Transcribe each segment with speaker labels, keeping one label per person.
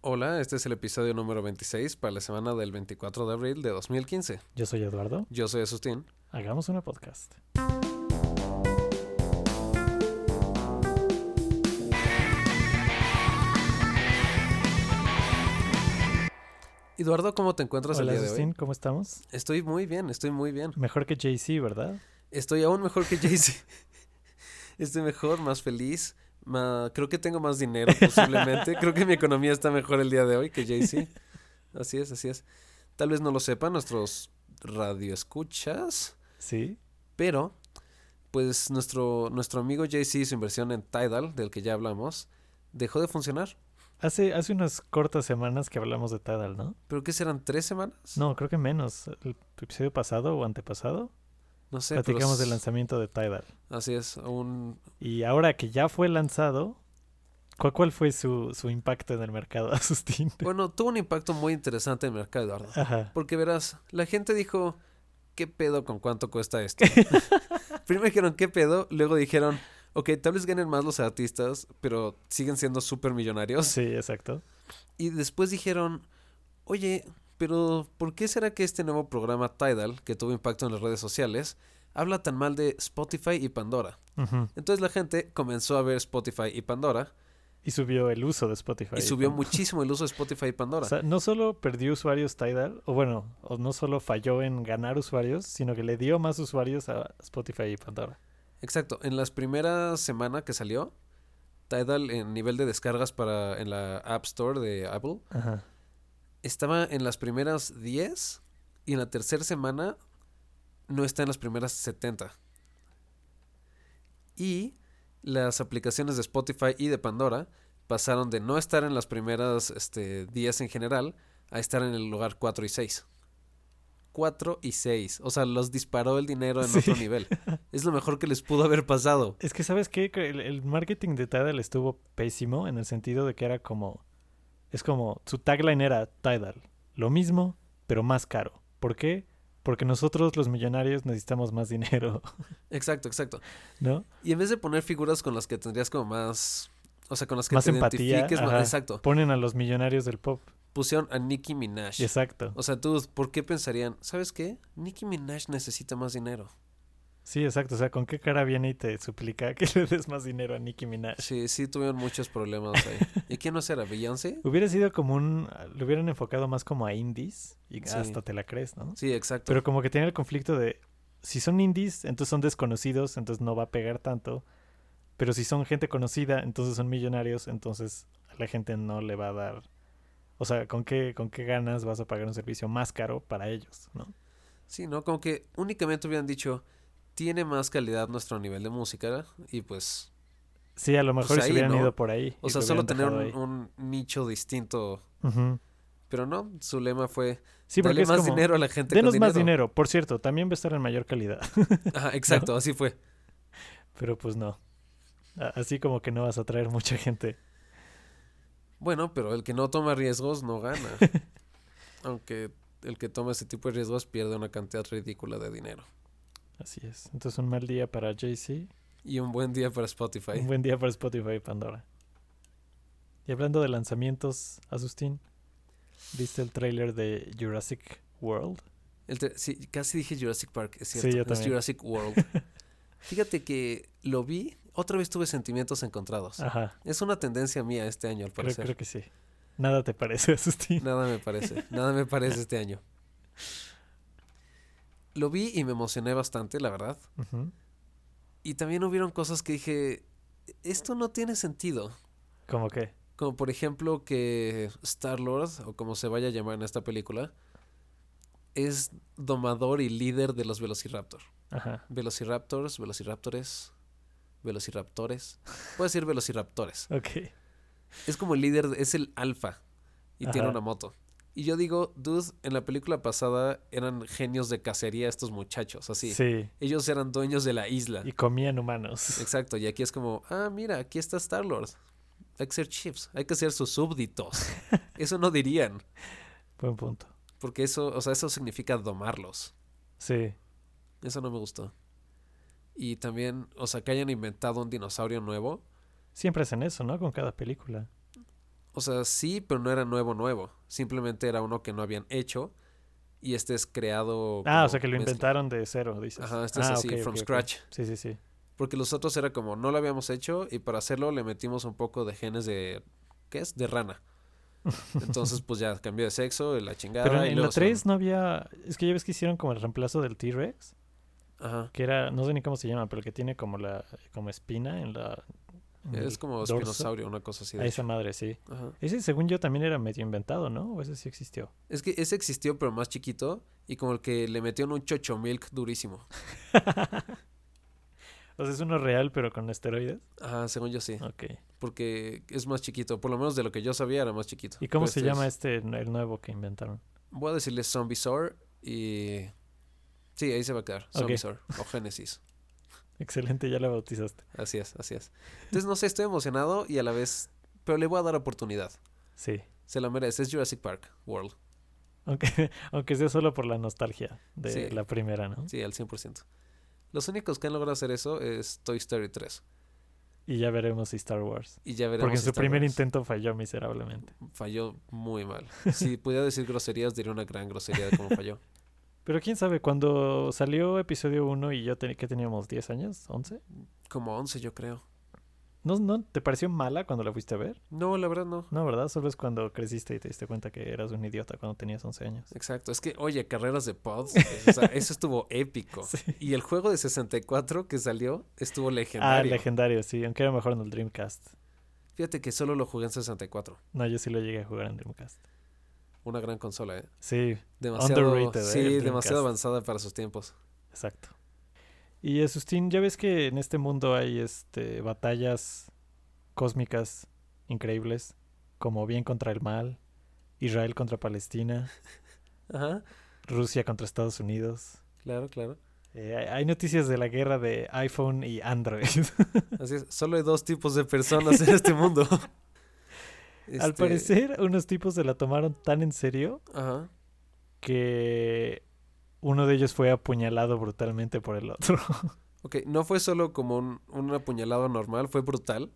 Speaker 1: Hola, este es el episodio número 26 para la semana del 24 de abril de 2015.
Speaker 2: Yo soy Eduardo.
Speaker 1: Yo soy Asustín.
Speaker 2: Hagamos una podcast.
Speaker 1: Eduardo, ¿cómo te encuentras
Speaker 2: Hola,
Speaker 1: el día de
Speaker 2: Justin,
Speaker 1: hoy?
Speaker 2: ¿cómo estamos?
Speaker 1: Estoy muy bien, estoy muy bien.
Speaker 2: Mejor que Jay-Z, ¿verdad?
Speaker 1: Estoy aún mejor que Jay-Z. Estoy mejor, más feliz. ma- Creo que tengo más dinero posiblemente. Creo que mi economía está mejor el día de hoy que Jay-Z. Así es, así es. Tal vez no lo sepan nuestros radioescuchas.
Speaker 2: Sí.
Speaker 1: Pero, pues nuestro, nuestro amigo JC, su inversión en Tidal, del que ya hablamos, dejó de funcionar.
Speaker 2: Hace, hace unas cortas semanas que hablamos de Tidal, ¿no?
Speaker 1: ¿Pero qué serán? ¿Tres semanas?
Speaker 2: No, creo que menos. El episodio pasado o antepasado
Speaker 1: No sé. pero
Speaker 2: platicamos
Speaker 1: s-
Speaker 2: del lanzamiento de Tidal.
Speaker 1: Así es. Un...
Speaker 2: Y ahora que ya fue lanzado, ¿cuál, cuál fue su, su impacto en el mercado, Asustín?
Speaker 1: Bueno, tuvo un impacto muy interesante en el mercado, Eduardo.
Speaker 2: Ajá.
Speaker 1: Porque verás, la gente dijo, ¿qué pedo con cuánto cuesta esto? Primero dijeron, ¿qué pedo? Luego dijeron, ok, tal vez ganen más los artistas, pero siguen siendo súper millonarios.
Speaker 2: Sí, exacto.
Speaker 1: Y después dijeron, oye, pero ¿por qué será que este nuevo programa Tidal, que tuvo impacto en las redes sociales, habla tan mal de Spotify y Pandora?
Speaker 2: Ujú.
Speaker 1: Entonces la gente comenzó a ver Spotify y Pandora
Speaker 2: Y subió el uso de Spotify.
Speaker 1: y subió
Speaker 2: mucho.
Speaker 1: muchísimo el uso de Spotify y
Speaker 2: O
Speaker 1: Pandora.
Speaker 2: sea, no solo perdió usuarios Tidal, o bueno, o no solo falló en ganar usuarios, sino que le dio más usuarios a Spotify y Pandora.
Speaker 1: Exacto, en las primeras semanas que salió, Tidal en nivel de descargas para en la App Store de Apple
Speaker 2: Ajá.
Speaker 1: estaba en las primeras 10 y en la tercera semana no está en las primeras 70. Y las aplicaciones de Spotify y de Pandora pasaron de no estar en las primeras este, 10 en general a estar en el lugar 4 y 6. 4 y 6. O sea, los disparó el dinero en
Speaker 2: Sí.
Speaker 1: otro nivel. Es lo mejor que les pudo haber pasado.
Speaker 2: Es que, ¿sabes qué? Que El, el marketing de Tidal estuvo pésimo en el sentido de que era como. Es como. Su tagline era Tidal. Lo mismo, pero más caro. ¿Por qué? Porque nosotros, los millonarios, necesitamos más dinero,
Speaker 1: Exacto, exacto.
Speaker 2: ¿no?
Speaker 1: Y en vez de poner figuras con las que tendrías como más... O sea, con las que
Speaker 2: Más
Speaker 1: te
Speaker 2: empatía,
Speaker 1: identifiques más-
Speaker 2: ajá.
Speaker 1: Exacto.
Speaker 2: Ponen a los millonarios del pop.
Speaker 1: pusieron a Nicki Minaj.
Speaker 2: Exacto.
Speaker 1: O sea, tú, ¿por qué pensarían? ¿Sabes qué? Nicki Minaj necesita más dinero.
Speaker 2: Sí, exacto. O sea, ¿con qué cara viene y te suplica que le des más dinero a Nicki Minaj?
Speaker 1: Sí, sí tuvieron muchos problemas ahí. ¿Y quién no será? ¿Beyoncé?
Speaker 2: Hubiera sido como un... Lo hubieran enfocado más como a indies y
Speaker 1: Sí.
Speaker 2: hasta te la crees, ¿no?
Speaker 1: Sí, exacto.
Speaker 2: Pero como que tiene el conflicto de... Si son indies, entonces son desconocidos, entonces no va a pegar tanto. Pero si son gente conocida, entonces son millonarios, entonces a la gente no le va a dar... O sea, ¿con qué, ¿con qué ganas vas a pagar un servicio más caro para ellos, no?
Speaker 1: Sí, ¿no? Como que únicamente hubieran dicho, tiene más calidad nuestro nivel de música y pues...
Speaker 2: Sí, a lo mejor
Speaker 1: sea,
Speaker 2: se
Speaker 1: Pues ahí,
Speaker 2: hubieran
Speaker 1: ¿no?
Speaker 2: ido por ahí.
Speaker 1: O
Speaker 2: y
Speaker 1: sea,
Speaker 2: lo
Speaker 1: solo
Speaker 2: hubieran
Speaker 1: tener
Speaker 2: dejado
Speaker 1: un,
Speaker 2: ahí.
Speaker 1: un nicho distinto.
Speaker 2: Ujú.
Speaker 1: Pero no, su lema fue,
Speaker 2: Sí, porque
Speaker 1: dale
Speaker 2: es
Speaker 1: más
Speaker 2: como,
Speaker 1: dinero a la gente
Speaker 2: Denos
Speaker 1: con
Speaker 2: más dinero. Por cierto, también va a estar en mayor calidad.
Speaker 1: Ajá, exacto, así fue.
Speaker 2: Pero pues no. A- Así como que no vas a atraer mucha gente.
Speaker 1: Bueno, pero el que no toma riesgos no gana. Aunque el que toma ese tipo de riesgos pierde una cantidad ridícula de dinero.
Speaker 2: Así es. Entonces un mal día para Jay-Z.
Speaker 1: Y un buen día para Spotify.
Speaker 2: Un buen día para Spotify y Pandora. Y hablando de lanzamientos, Asustín, ¿viste el tráiler de Jurassic World?
Speaker 1: El te- sí, casi dije Jurassic Park, es cierto.
Speaker 2: Sí, yo
Speaker 1: es
Speaker 2: también.
Speaker 1: Jurassic World. Fíjate que lo vi, otra vez tuve sentimientos encontrados.
Speaker 2: Ajá,
Speaker 1: Es una tendencia mía este año, al
Speaker 2: Ah. creo,
Speaker 1: parecer.
Speaker 2: creo que sí. Nada te parece, Asustín.
Speaker 1: Nada me parece, nada me parece este año. Lo vi y me emocioné bastante, la verdad.
Speaker 2: Ujú.
Speaker 1: Y también hubieron cosas que dije, esto no tiene sentido.
Speaker 2: ¿Cómo que?
Speaker 1: Como por ejemplo que Star-Lord, o como se vaya a llamar en esta película, es domador y líder de los Velociraptor.
Speaker 2: Ajá,
Speaker 1: Velociraptors, velociraptores, velociraptores. Puedo decir velociraptores.
Speaker 2: ok.
Speaker 1: Es como el líder, es el alfa. Y tiene
Speaker 2: Ajá.
Speaker 1: una moto. Y yo digo, dude, en la película pasada eran genios de cacería estos muchachos, así.
Speaker 2: Sí,
Speaker 1: Ellos eran dueños de la isla.
Speaker 2: y comían humanos.
Speaker 1: Exacto, y aquí es como, ah, mira, aquí está Star-Lord. Hay que ser chips, hay que ser sus súbditos. Eso no dirían,
Speaker 2: Buen punto.
Speaker 1: porque eso, o sea, eso significa domarlos.
Speaker 2: Sí,
Speaker 1: Eso no me gustó. Y también, o sea, que hayan inventado un dinosaurio nuevo.
Speaker 2: siempre hacen eso, ¿no? Con cada película.
Speaker 1: O sea, sí, pero no era nuevo, nuevo. Simplemente era uno que no habían hecho. Y este es creado.
Speaker 2: Ah,
Speaker 1: como
Speaker 2: o sea que lo
Speaker 1: mezcla.
Speaker 2: inventaron de cero, dices.
Speaker 1: Ajá, este es
Speaker 2: Ah,
Speaker 1: así,
Speaker 2: ok,
Speaker 1: from
Speaker 2: ok, ok.
Speaker 1: scratch.
Speaker 2: Sí, sí, sí.
Speaker 1: Porque los otros era como, no lo habíamos hecho y para hacerlo le metimos un poco de genes de... ¿Qué es? De rana. Entonces, pues ya cambió de sexo y la chingada.
Speaker 2: Pero
Speaker 1: y
Speaker 2: en, en
Speaker 1: luego
Speaker 2: la
Speaker 1: son-
Speaker 2: 3 no había. Es que ya ves que hicieron como el reemplazo del T-Rex.
Speaker 1: Ajá.
Speaker 2: Que era. No sé ni cómo se llama, pero el que tiene como la. Como espina en la. en el
Speaker 1: Es como
Speaker 2: dorso.
Speaker 1: espinosaurio, una cosa así.
Speaker 2: A
Speaker 1: de
Speaker 2: esa madre, sí.
Speaker 1: hecho. Ajá.
Speaker 2: Ese, según yo, también era medio inventado, ¿no? O ese sí existió.
Speaker 1: Es que ese existió, pero más chiquito. Y como el que le metieron un chocho milk durísimo.
Speaker 2: O sea, es uno real, pero con esteroides.
Speaker 1: Ajá, según yo sí.
Speaker 2: Ok.
Speaker 1: Porque es más chiquito. Por lo menos de lo que yo sabía era más chiquito.
Speaker 2: ¿Y cómo
Speaker 1: Pero
Speaker 2: se
Speaker 1: este
Speaker 2: llama
Speaker 1: es-
Speaker 2: este, el nuevo que inventaron?
Speaker 1: Voy a decirle Zombisaur y... Sí, ahí se va a quedar.
Speaker 2: Ok.
Speaker 1: Zombisaur o Génesis.
Speaker 2: Excelente, ya la bautizaste.
Speaker 1: Así es, así es. Entonces, no sé, estoy emocionado y a la vez... Pero le voy a dar oportunidad.
Speaker 2: Sí.
Speaker 1: Se la merece. Es Jurassic Park World.
Speaker 2: Aunque, aunque sea solo por la nostalgia de
Speaker 1: Sí.
Speaker 2: la primera, ¿no?
Speaker 1: Sí, al 100%. Los únicos que han logrado hacer eso es Toy Story 3.
Speaker 2: Y ya veremos si Star Wars.
Speaker 1: Y ya veremos.
Speaker 2: Porque en su
Speaker 1: Star
Speaker 2: primer
Speaker 1: Wars.
Speaker 2: intento falló miserablemente.
Speaker 1: Falló muy mal. Si pudiera decir groserías, diría una gran grosería de cómo falló.
Speaker 2: Pero quién sabe, cuando salió episodio 1 y yo tenía que teníamos 10 años, 11,
Speaker 1: Como 11, yo creo.
Speaker 2: ¿No, ¿no te pareció mala cuando la fuiste a ver?
Speaker 1: No, la verdad no.
Speaker 2: No, ¿verdad? Solo es cuando creciste y te diste cuenta que eras un idiota cuando tenías 11 años.
Speaker 1: Exacto. Es que, oye, carreras de pods. o sea, eso estuvo épico.
Speaker 2: Sí.
Speaker 1: Y el juego de 64 que salió estuvo
Speaker 2: Ah,
Speaker 1: legendario.
Speaker 2: legendario, sí, aunque era mejor en el Dreamcast.
Speaker 1: Fíjate que solo lo jugué en 64.
Speaker 2: No, yo sí lo llegué a jugar en Dreamcast.
Speaker 1: Una gran consola, ¿eh?
Speaker 2: Sí,
Speaker 1: Demasiado.
Speaker 2: Underrated, ¿eh?
Speaker 1: sí,
Speaker 2: El Dreamcast.
Speaker 1: demasiado avanzada para sus tiempos.
Speaker 2: Exacto. Y Asustín, ya ves que en este mundo hay este batallas cósmicas increíbles, como bien contra el mal, Israel contra Palestina,
Speaker 1: Ajá.
Speaker 2: Rusia contra Estados Unidos.
Speaker 1: Claro, claro.
Speaker 2: Eh, hay- hay noticias de la guerra de iPhone y Android.
Speaker 1: Así es. Solo hay dos tipos de personas en este mundo.
Speaker 2: Al
Speaker 1: Este,
Speaker 2: parecer, unos tipos se la tomaron tan en serio
Speaker 1: Ajá.
Speaker 2: que uno de ellos fue apuñalado brutalmente por el otro.
Speaker 1: Ok, no fue solo como un, un apuñalado normal, fue brutal.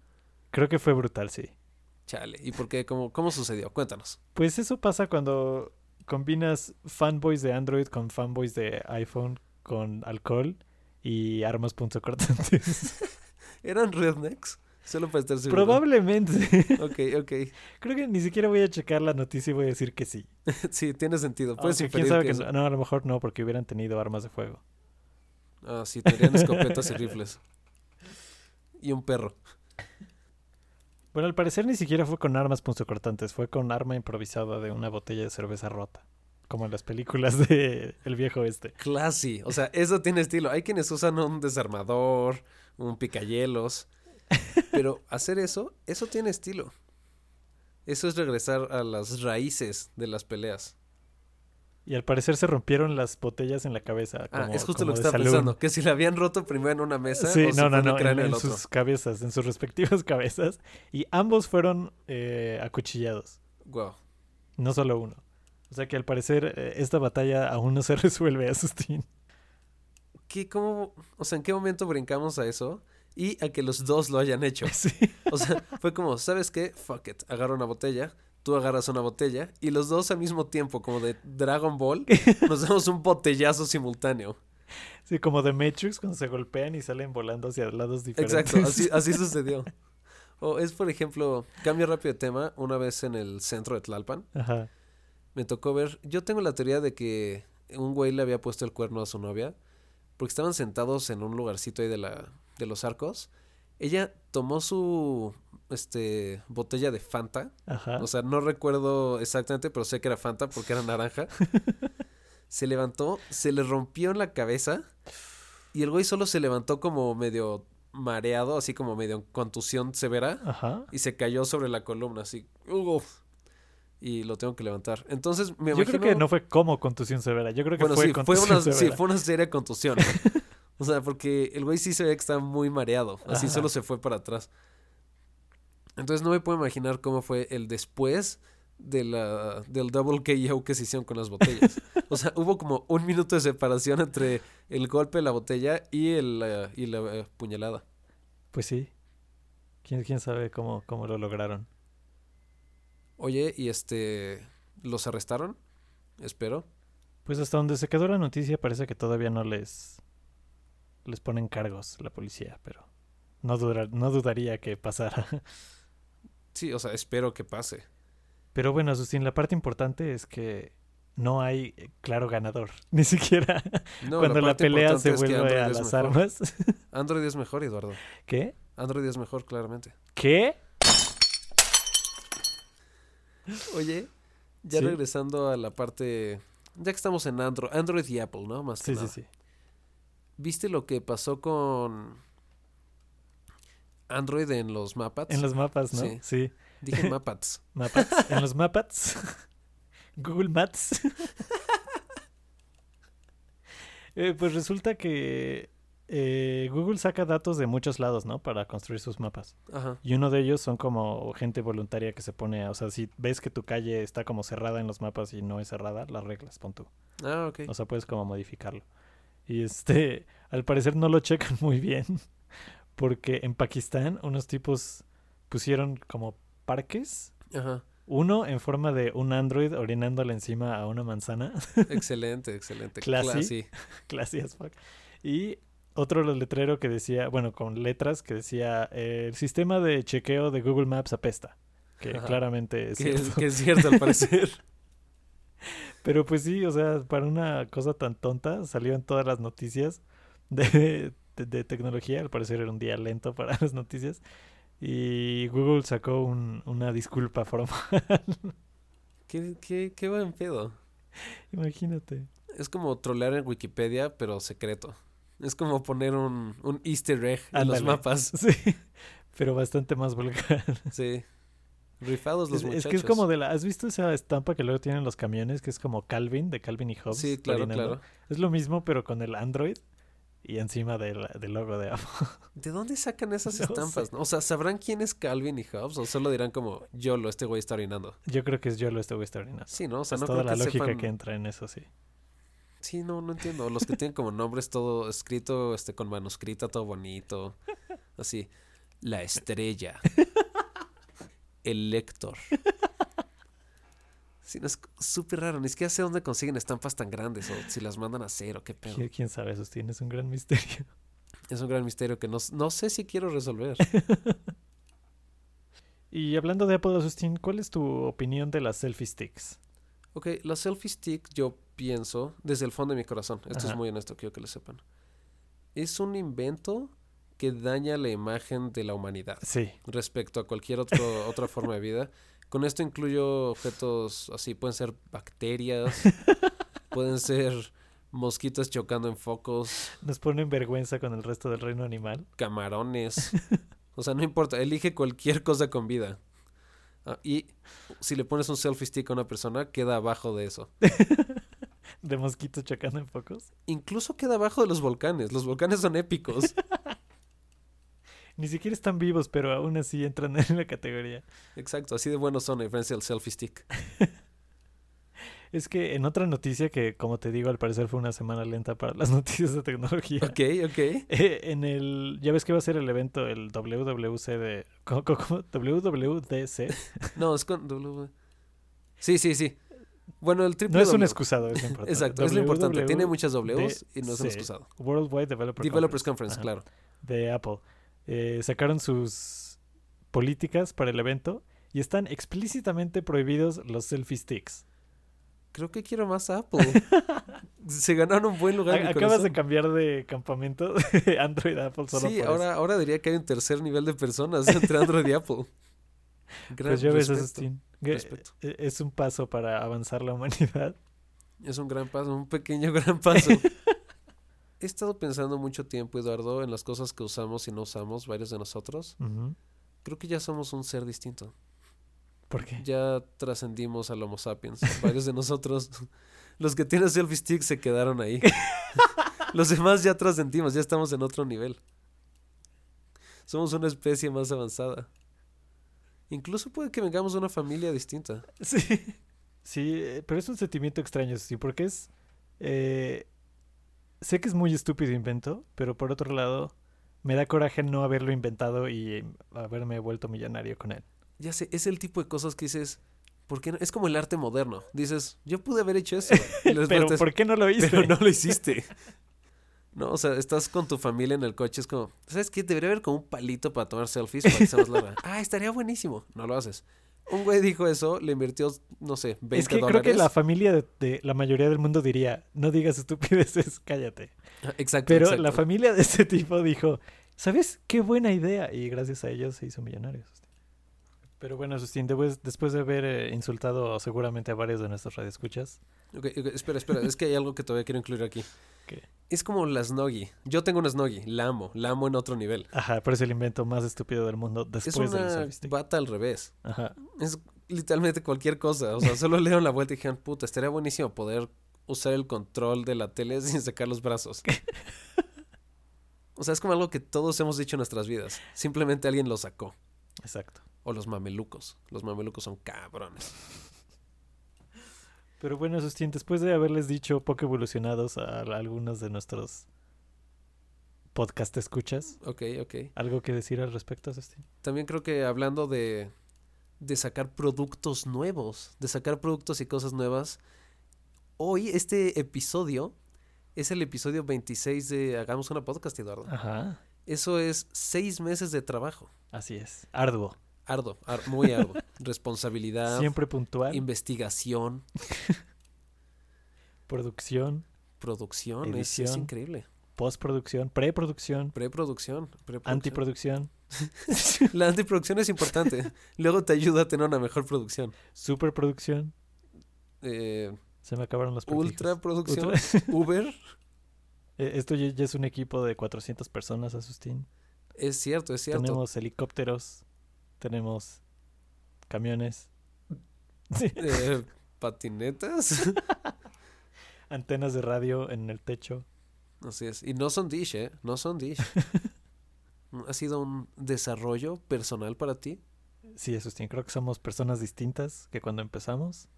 Speaker 2: Creo que fue brutal, sí.
Speaker 1: Chale, ¿y por qué? ¿Cómo, cómo sucedió? Cuéntanos.
Speaker 2: Pues eso pasa cuando combinas fanboys de Android con fanboys de iPhone, con alcohol y armas punzocortantes.
Speaker 1: ¿Eran rednecks? Solo para estar seguro.
Speaker 2: Probablemente.
Speaker 1: Ok, ok.
Speaker 2: Creo que ni siquiera voy a checar la noticia y voy a decir que sí.
Speaker 1: sí, tiene sentido. Puedes
Speaker 2: Aunque
Speaker 1: Pues inferir
Speaker 2: quién sabe
Speaker 1: que
Speaker 2: que
Speaker 1: eso-
Speaker 2: no, no, a lo mejor no, porque hubieran tenido armas de fuego.
Speaker 1: Ah, sí, tenían escopetas y rifles. Y un perro.
Speaker 2: Bueno, al parecer ni siquiera fue con armas punzocortantes, fue con arma improvisada de una botella de cerveza rota, como en las películas de El Viejo Este.
Speaker 1: Classy. O sea, eso tiene estilo. Hay quienes usan un desarmador, un picayelos. Pero hacer eso, eso tiene estilo. Eso es regresar a las raíces de las peleas.
Speaker 2: Y al parecer se rompieron las botellas en la cabeza.
Speaker 1: Ah,
Speaker 2: como-
Speaker 1: es justo lo
Speaker 2: como
Speaker 1: que
Speaker 2: de
Speaker 1: estaba
Speaker 2: salud.
Speaker 1: pensando. Que si la habían roto primero en una mesa
Speaker 2: Sí,
Speaker 1: o si
Speaker 2: no,
Speaker 1: fue
Speaker 2: no,
Speaker 1: en el
Speaker 2: no, en,
Speaker 1: cráneo del
Speaker 2: en
Speaker 1: otro.
Speaker 2: sus cabezas, en sus respectivas cabezas. Y ambos fueron eh, acuchillados,
Speaker 1: Wow.
Speaker 2: no solo uno. O sea que al parecer eh, esta batalla aún no se resuelve, Asustín.
Speaker 1: ¿Qué, cómo, o sea, ¿en qué momento brincamos a eso? Y a que los dos lo hayan hecho.
Speaker 2: Sí.
Speaker 1: O sea, fue como, ¿sabes qué? Fuck it. Agarra una botella, tú agarras una botella, y los dos al mismo tiempo, como de Dragon Ball, nos damos un botellazo simultáneo.
Speaker 2: Sí, como The Matrix cuando se golpean y salen volando hacia lados diferentes.
Speaker 1: Exacto, así, así sucedió. O es, por ejemplo, cambio rápido de tema, una vez en el centro de Tlalpan,
Speaker 2: Ajá.
Speaker 1: me tocó ver, yo tengo la teoría de que un güey le había puesto el cuerno a su novia, porque estaban sentados en un lugarcito ahí de, la, de los arcos. Ella tomó su este, botella de Fanta,
Speaker 2: Ajá.
Speaker 1: o sea, no recuerdo exactamente, pero sé que era Fanta porque era naranja. se levantó, se le rompió en la cabeza y el güey solo se levantó como medio mareado, así como medio en contusión severa
Speaker 2: Ajá.
Speaker 1: y se cayó sobre la columna, así. uf, y lo tengo que levantar. Entonces, me
Speaker 2: Yo
Speaker 1: imagino...
Speaker 2: creo que no fue como contusión severa, yo creo que
Speaker 1: bueno,
Speaker 2: fue
Speaker 1: sí, fue
Speaker 2: contusión
Speaker 1: una, sí,
Speaker 2: severa.
Speaker 1: fue una seria contusión. o sea, porque el güey sí se ve que está muy mareado. Así
Speaker 2: Ajá.
Speaker 1: solo se fue para atrás. Entonces, no me puedo imaginar cómo fue el después de la, del double KO que se hicieron con las botellas. o sea, hubo como un minuto de separación entre el golpe de la botella y, el, eh, y la eh, puñalada.
Speaker 2: Pues sí. ¿Quién, quién sabe cómo, cómo lo lograron?
Speaker 1: Oye, y este, ¿los arrestaron? Espero.
Speaker 2: Pues hasta donde se quedó la noticia parece que todavía no les les ponen cargos la policía, pero no dura- no dudaría que pasara.
Speaker 1: Sí, o sea, espero que pase.
Speaker 2: Pero bueno, Asustín, la parte importante es que no hay eh, claro ganador, ni siquiera
Speaker 1: No,
Speaker 2: cuando la,
Speaker 1: parte
Speaker 2: pelea
Speaker 1: importante
Speaker 2: se
Speaker 1: es que
Speaker 2: vuelve
Speaker 1: Android
Speaker 2: a
Speaker 1: es
Speaker 2: las
Speaker 1: mejor.
Speaker 2: armas.
Speaker 1: Android es mejor, Eduardo.
Speaker 2: ¿Qué?
Speaker 1: Android es mejor, claramente.
Speaker 2: ¿Qué?
Speaker 1: Oye, ya
Speaker 2: Sí.
Speaker 1: regresando a la parte. Ya que estamos en Android, Android y Apple, ¿no? Más que
Speaker 2: Sí, sí,
Speaker 1: nada.
Speaker 2: sí.
Speaker 1: ¿Viste lo que pasó con Android en los mapas?
Speaker 2: En los mapas, ¿no?
Speaker 1: Sí.
Speaker 2: Sí.
Speaker 1: Dije mapas.
Speaker 2: Mapas. En los mapas. Google Maps. Eh, pues resulta que eh, Google saca datos de muchos lados, ¿no? Para construir sus mapas.
Speaker 1: Ajá.
Speaker 2: Y uno de ellos son como gente voluntaria que se pone, a- o sea, si ves que tu calle está como cerrada en los mapas y no es cerrada, las reglas, pon tú.
Speaker 1: Ah, ok.
Speaker 2: O sea, puedes como modificarlo. Y este, al parecer no lo checan muy bien, porque en Pakistán unos tipos pusieron como parques,
Speaker 1: Ajá.
Speaker 2: uno en forma de un android orinándole encima a una manzana,
Speaker 1: Excelente, excelente.
Speaker 2: Classy.
Speaker 1: Classy.
Speaker 2: classy as fuck, y otro letrero que decía, bueno, con letras que decía, eh, el sistema de chequeo de Google Maps apesta, que
Speaker 1: Ajá.
Speaker 2: claramente es
Speaker 1: Que,
Speaker 2: cierto.
Speaker 1: es, que es cierto, al parecer.
Speaker 2: Pero pues sí, o sea, para una cosa tan tonta, salió en todas las noticias de, de- de tecnología. Al parecer era un día lento para las noticias. Y Google sacó un- una disculpa formal.
Speaker 1: qué, qué, qué buen pedo.
Speaker 2: Imagínate.
Speaker 1: Es como trolear en Wikipedia, pero secreto. Es como poner un, un easter egg en los
Speaker 2: Ándale.
Speaker 1: mapas.
Speaker 2: Sí, pero bastante más vulgar.
Speaker 1: Sí. Rifados pues, los
Speaker 2: Es,
Speaker 1: muchachos.
Speaker 2: es que es como de la... ¿Has visto esa estampa que luego tienen los camiones? Que es como Calvin, de Calvin y Hobbes.
Speaker 1: Sí, claro,
Speaker 2: orinando?
Speaker 1: claro.
Speaker 2: Es lo mismo, pero con el Android y encima del, del logo de Apple.
Speaker 1: ¿De dónde sacan esas
Speaker 2: No
Speaker 1: estampas? O sea, ¿sabrán quién es Calvin y Hobbes? O solo dirán como, Yolo, este güey está orinando.
Speaker 2: Yo creo que es yo lo estoy orinando.
Speaker 1: Sí, ¿no? O sea,
Speaker 2: es
Speaker 1: no
Speaker 2: toda
Speaker 1: creo
Speaker 2: la
Speaker 1: que
Speaker 2: lógica
Speaker 1: sepan...
Speaker 2: que entra en eso, sí.
Speaker 1: Sí, no, no entiendo. Los que tienen como nombres todo escrito, este, con manuscrita, todo bonito. Así. La estrella. El lector. Sí, no, es súper raro. Ni siquiera sé dónde consiguen estampas tan grandes o si las mandan a cero, qué pedo.
Speaker 2: ¿Qui- ¿Quién sabe, Sustín? Es un gran misterio.
Speaker 1: Es un gran misterio que no, no sé si quiero resolver.
Speaker 2: Y hablando de Apple, Sustín, ¿cuál es tu opinión de las selfie sticks?
Speaker 1: Ok, la selfie stick yo pienso desde el fondo de mi corazón, esto es
Speaker 2: Ajá.
Speaker 1: muy honesto, quiero que lo sepan. Es un invento que daña la imagen de la humanidad
Speaker 2: Sí,
Speaker 1: respecto a cualquier otro, otra forma de vida. Con esto incluyo objetos así, pueden ser bacterias, pueden ser mosquitos chocando en focos,
Speaker 2: nos pone en vergüenza con el resto del reino animal.
Speaker 1: camarones. O sea, no importa, elige cualquier cosa con vida. Ah, y si le pones un selfie stick a una persona, queda abajo de eso.
Speaker 2: De mosquitos chocando en focos.
Speaker 1: incluso queda abajo de los volcanes. Los volcanes son épicos.
Speaker 2: Ni siquiera están vivos, pero aún así entran en la categoría.
Speaker 1: Exacto, así de buenos son, a diferencia del selfie stick.
Speaker 2: Es que en otra noticia que, como te digo, al parecer fue una semana lenta para las noticias de tecnología.
Speaker 1: Ok, ok.
Speaker 2: eh, en el, ya ves que va a ser el evento, el WWC de... ¿cómo- cómo- cómo? WWDC.
Speaker 1: No, es con W. Sí, sí, sí. Bueno, el triple
Speaker 2: No es
Speaker 1: W.
Speaker 2: un excusado, es lo importante.
Speaker 1: Exacto, es lo importante. Tiene
Speaker 2: WWDC.
Speaker 1: muchas Ws y no es un excusado.
Speaker 2: Worldwide Developer
Speaker 1: Developers Conference,
Speaker 2: Ajá.
Speaker 1: claro.
Speaker 2: de Apple. Eh, sacaron sus políticas para el evento y están explícitamente prohibidos los selfie sticks.
Speaker 1: Creo que quiero más Apple. Se ganaron un buen lugar. en mi
Speaker 2: A- acabas de
Speaker 1: corazón.
Speaker 2: cambiar de campamento de Android a Apple solo
Speaker 1: Sí,
Speaker 2: por eso.
Speaker 1: ahora, ahora diría que hay un tercer nivel de personas entre Android y Apple. Gran
Speaker 2: Pues ya ves,
Speaker 1: respeto.
Speaker 2: Asustín, que
Speaker 1: respeto.
Speaker 2: e- Es un paso para avanzar la humanidad.
Speaker 1: Es un gran paso, un pequeño gran paso. He estado pensando mucho tiempo, Eduardo, en las cosas que usamos y no usamos, varios de nosotros.
Speaker 2: Ujú.
Speaker 1: Creo que ya somos un ser distinto.
Speaker 2: ¿Por qué?
Speaker 1: Ya trascendimos al Homo sapiens. Varios de nosotros, los que tienen selfie stick, se quedaron ahí. Los demás ya trascendimos, ya estamos en otro nivel. Somos una especie más avanzada. Incluso puede que vengamos de una familia distinta.
Speaker 2: Sí. Sí, eh, pero es un sentimiento extraño, sí, porque es... eh, sé que es muy estúpido invento, pero por otro lado, me da coraje no haberlo inventado y eh, haberme vuelto millonario con él.
Speaker 1: Ya sé, es el tipo de cosas que dices, ¿por qué no? Es como el arte moderno. Dices, yo pude haber hecho eso. Y la
Speaker 2: Pero
Speaker 1: respuesta es,
Speaker 2: ¿por qué no lo hice?
Speaker 1: pero no lo hiciste. No, o sea, estás con tu familia en el coche, es como, ¿sabes qué? Debería haber como un palito para tomar selfies para que sea más larga. Ah, estaría buenísimo. No lo haces. Un güey dijo eso, le invirtió, no sé, 20
Speaker 2: es que creo
Speaker 1: dólares.
Speaker 2: que la familia de, de la mayoría del mundo diría, no digas estupideces, cállate.
Speaker 1: Ah, Exacto,
Speaker 2: Pero
Speaker 1: exacto.
Speaker 2: la familia de ese tipo dijo, ¿sabes qué buena idea? Y gracias a ellos se hizo millonario. Agustín. Pero bueno, Sustín, después, después de haber eh, insultado seguramente a varios de nuestros radioescuchas,
Speaker 1: Ok, ok, espera, espera, es que hay algo que todavía quiero incluir aquí.
Speaker 2: ¿Qué?
Speaker 1: Es como la Snoggy. Yo tengo una Snoggy, la amo, la amo en otro nivel.
Speaker 2: ajá, pero es el invento más estúpido del mundo
Speaker 1: Es
Speaker 2: después del
Speaker 1: una
Speaker 2: selfie stick.
Speaker 1: bata al revés.
Speaker 2: Ajá.
Speaker 1: Es literalmente cualquier cosa. O sea, solo le dieron la vuelta y dijeron, puta, estaría buenísimo poder usar el control de la tele sin sacar los brazos. O sea, es como algo que todos hemos dicho en nuestras vidas. Simplemente alguien lo sacó.
Speaker 2: Exacto.
Speaker 1: O los mamelucos. Los mamelucos son cabrones.
Speaker 2: Pero bueno, Sustín, después de haberles dicho poco evolucionados a a algunos de nuestros podcast escuchas,
Speaker 1: Ok, ok.
Speaker 2: ¿algo que decir al respecto, Sustín?
Speaker 1: También creo que hablando de, de sacar productos nuevos, de sacar productos y cosas nuevas, hoy este episodio es el episodio 26 de Hagamos una podcast, Eduardo.
Speaker 2: Ajá.
Speaker 1: Eso es seis meses de trabajo.
Speaker 2: Así es. Arduo.
Speaker 1: Ardo, ar- muy ardo. Responsabilidad,
Speaker 2: Siempre puntual.
Speaker 1: investigación,
Speaker 2: Producción,
Speaker 1: producción. Es, es
Speaker 2: Edición.
Speaker 1: increíble.
Speaker 2: postproducción, preproducción,
Speaker 1: Preproducción. preproducción.
Speaker 2: antiproducción,
Speaker 1: La antiproducción es importante. Luego te ayuda a tener una mejor producción.
Speaker 2: superproducción.
Speaker 1: Eh,
Speaker 2: Se me acabaron los
Speaker 1: ultra
Speaker 2: prefijos.
Speaker 1: producción.
Speaker 2: Ultra-
Speaker 1: Uber.
Speaker 2: Eh, Esto ya ya es un equipo de 400 personas, Asustín.
Speaker 1: Es cierto, es cierto.
Speaker 2: Tenemos helicópteros, tenemos camiones, sí,
Speaker 1: Eh, patinetas.
Speaker 2: antenas de radio en el techo.
Speaker 1: Así es. Y no son Dish, ¿eh? No son Dish. ¿Ha sido un desarrollo personal para ti?
Speaker 2: Sí, Asustín, creo que somos personas distintas que cuando empezamos.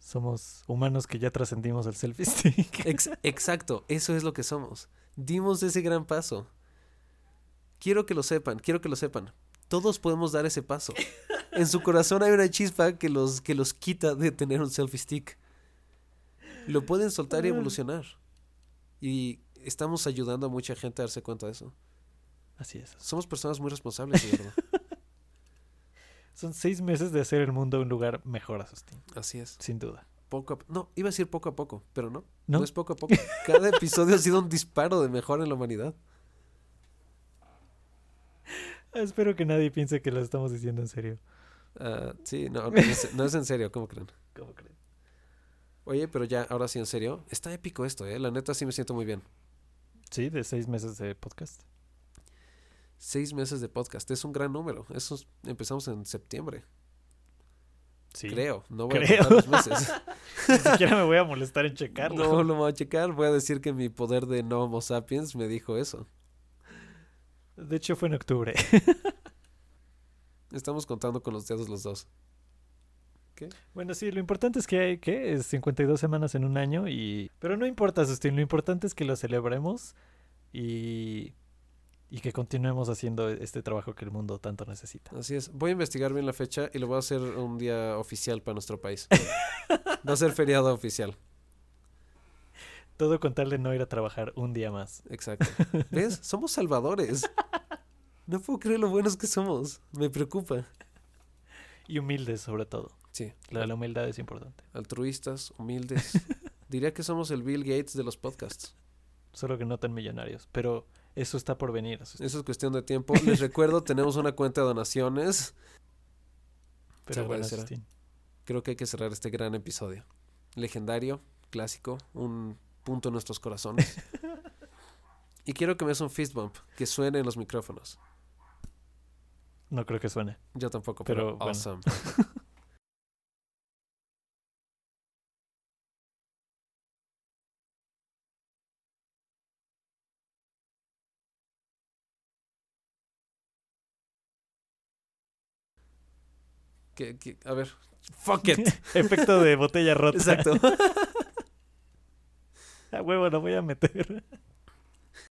Speaker 2: Somos humanos que ya trascendimos el selfie stick.
Speaker 1: Ex- exacto, eso es lo que somos. Dimos ese gran paso. Quiero que lo sepan, quiero que lo sepan. Todos podemos dar ese paso. En su corazón hay una chispa que los, que los quita de tener un selfie stick. Lo pueden soltar y evolucionar. Y estamos ayudando a mucha gente a darse cuenta de eso.
Speaker 2: Así es.
Speaker 1: Somos personas muy responsables, de verdad.
Speaker 2: Son seis meses de hacer el mundo un lugar mejor, Asustín.
Speaker 1: Así es.
Speaker 2: Sin duda.
Speaker 1: Poco a, no, iba a decir poco a poco, pero no.
Speaker 2: ¿No?
Speaker 1: No, es poco a poco. Cada episodio ha sido un disparo de mejora en la humanidad.
Speaker 2: Espero que nadie piense que lo estamos diciendo en serio.
Speaker 1: Ah, sí, no, no es, no es en serio, ¿cómo creen?
Speaker 2: ¿Cómo crees?
Speaker 1: Oye, pero ya, ahora sí, en serio. Está épico esto, ¿eh? La neta sí me siento muy bien.
Speaker 2: Sí, de seis meses de podcast.
Speaker 1: Seis meses de podcast, es un gran número. Eso es- empezamos en septiembre,
Speaker 2: Sí.
Speaker 1: creo. No voy
Speaker 2: Creo.
Speaker 1: a contar los meses.
Speaker 2: Ni siquiera me voy a molestar en checarlo.
Speaker 1: no lo voy a checar. Voy a decir que mi poder de no homo sapiens me dijo eso.
Speaker 2: De hecho, fue en octubre.
Speaker 1: Estamos contando con los dedos los dos.
Speaker 2: Bueno, sí, lo importante es que hay, ¿qué? Es 52 semanas en un año y... Pero no importa, Sustin, lo importante es que lo celebremos y... Y que continuemos haciendo este trabajo que el mundo tanto necesita.
Speaker 1: Así es. Voy a investigar bien la fecha y lo voy a hacer un día oficial para nuestro país. Va a ser feriado oficial.
Speaker 2: Todo con tal de no ir a trabajar un día más.
Speaker 1: Exacto. ¿Ves? Somos salvadores. No puedo creer lo buenos que somos. Me preocupa.
Speaker 2: Y humildes, sobre todo.
Speaker 1: Sí.
Speaker 2: La, la humildad es importante.
Speaker 1: Altruistas, humildes. Diría que somos el Bill Gates de los podcasts.
Speaker 2: Solo que no tan millonarios. Pero eso está por venir. Sustin.
Speaker 1: Eso es cuestión de tiempo. Les recuerdo, tenemos una cuenta de donaciones.
Speaker 2: Pero bueno,
Speaker 1: agradecerá.
Speaker 2: Sustin,
Speaker 1: Creo que hay que cerrar este gran episodio. Legendario, clásico, un punto en nuestros corazones. Y quiero que me hagas un fist bump, que suene en los micrófonos.
Speaker 2: no creo que suene.
Speaker 1: Yo tampoco,
Speaker 2: Pero
Speaker 1: pero,
Speaker 2: bueno.
Speaker 1: awesome. Que- que- a ver, fuck it.
Speaker 2: Efecto de botella rota.
Speaker 1: Exacto.
Speaker 2: A huevo, lo voy a meter.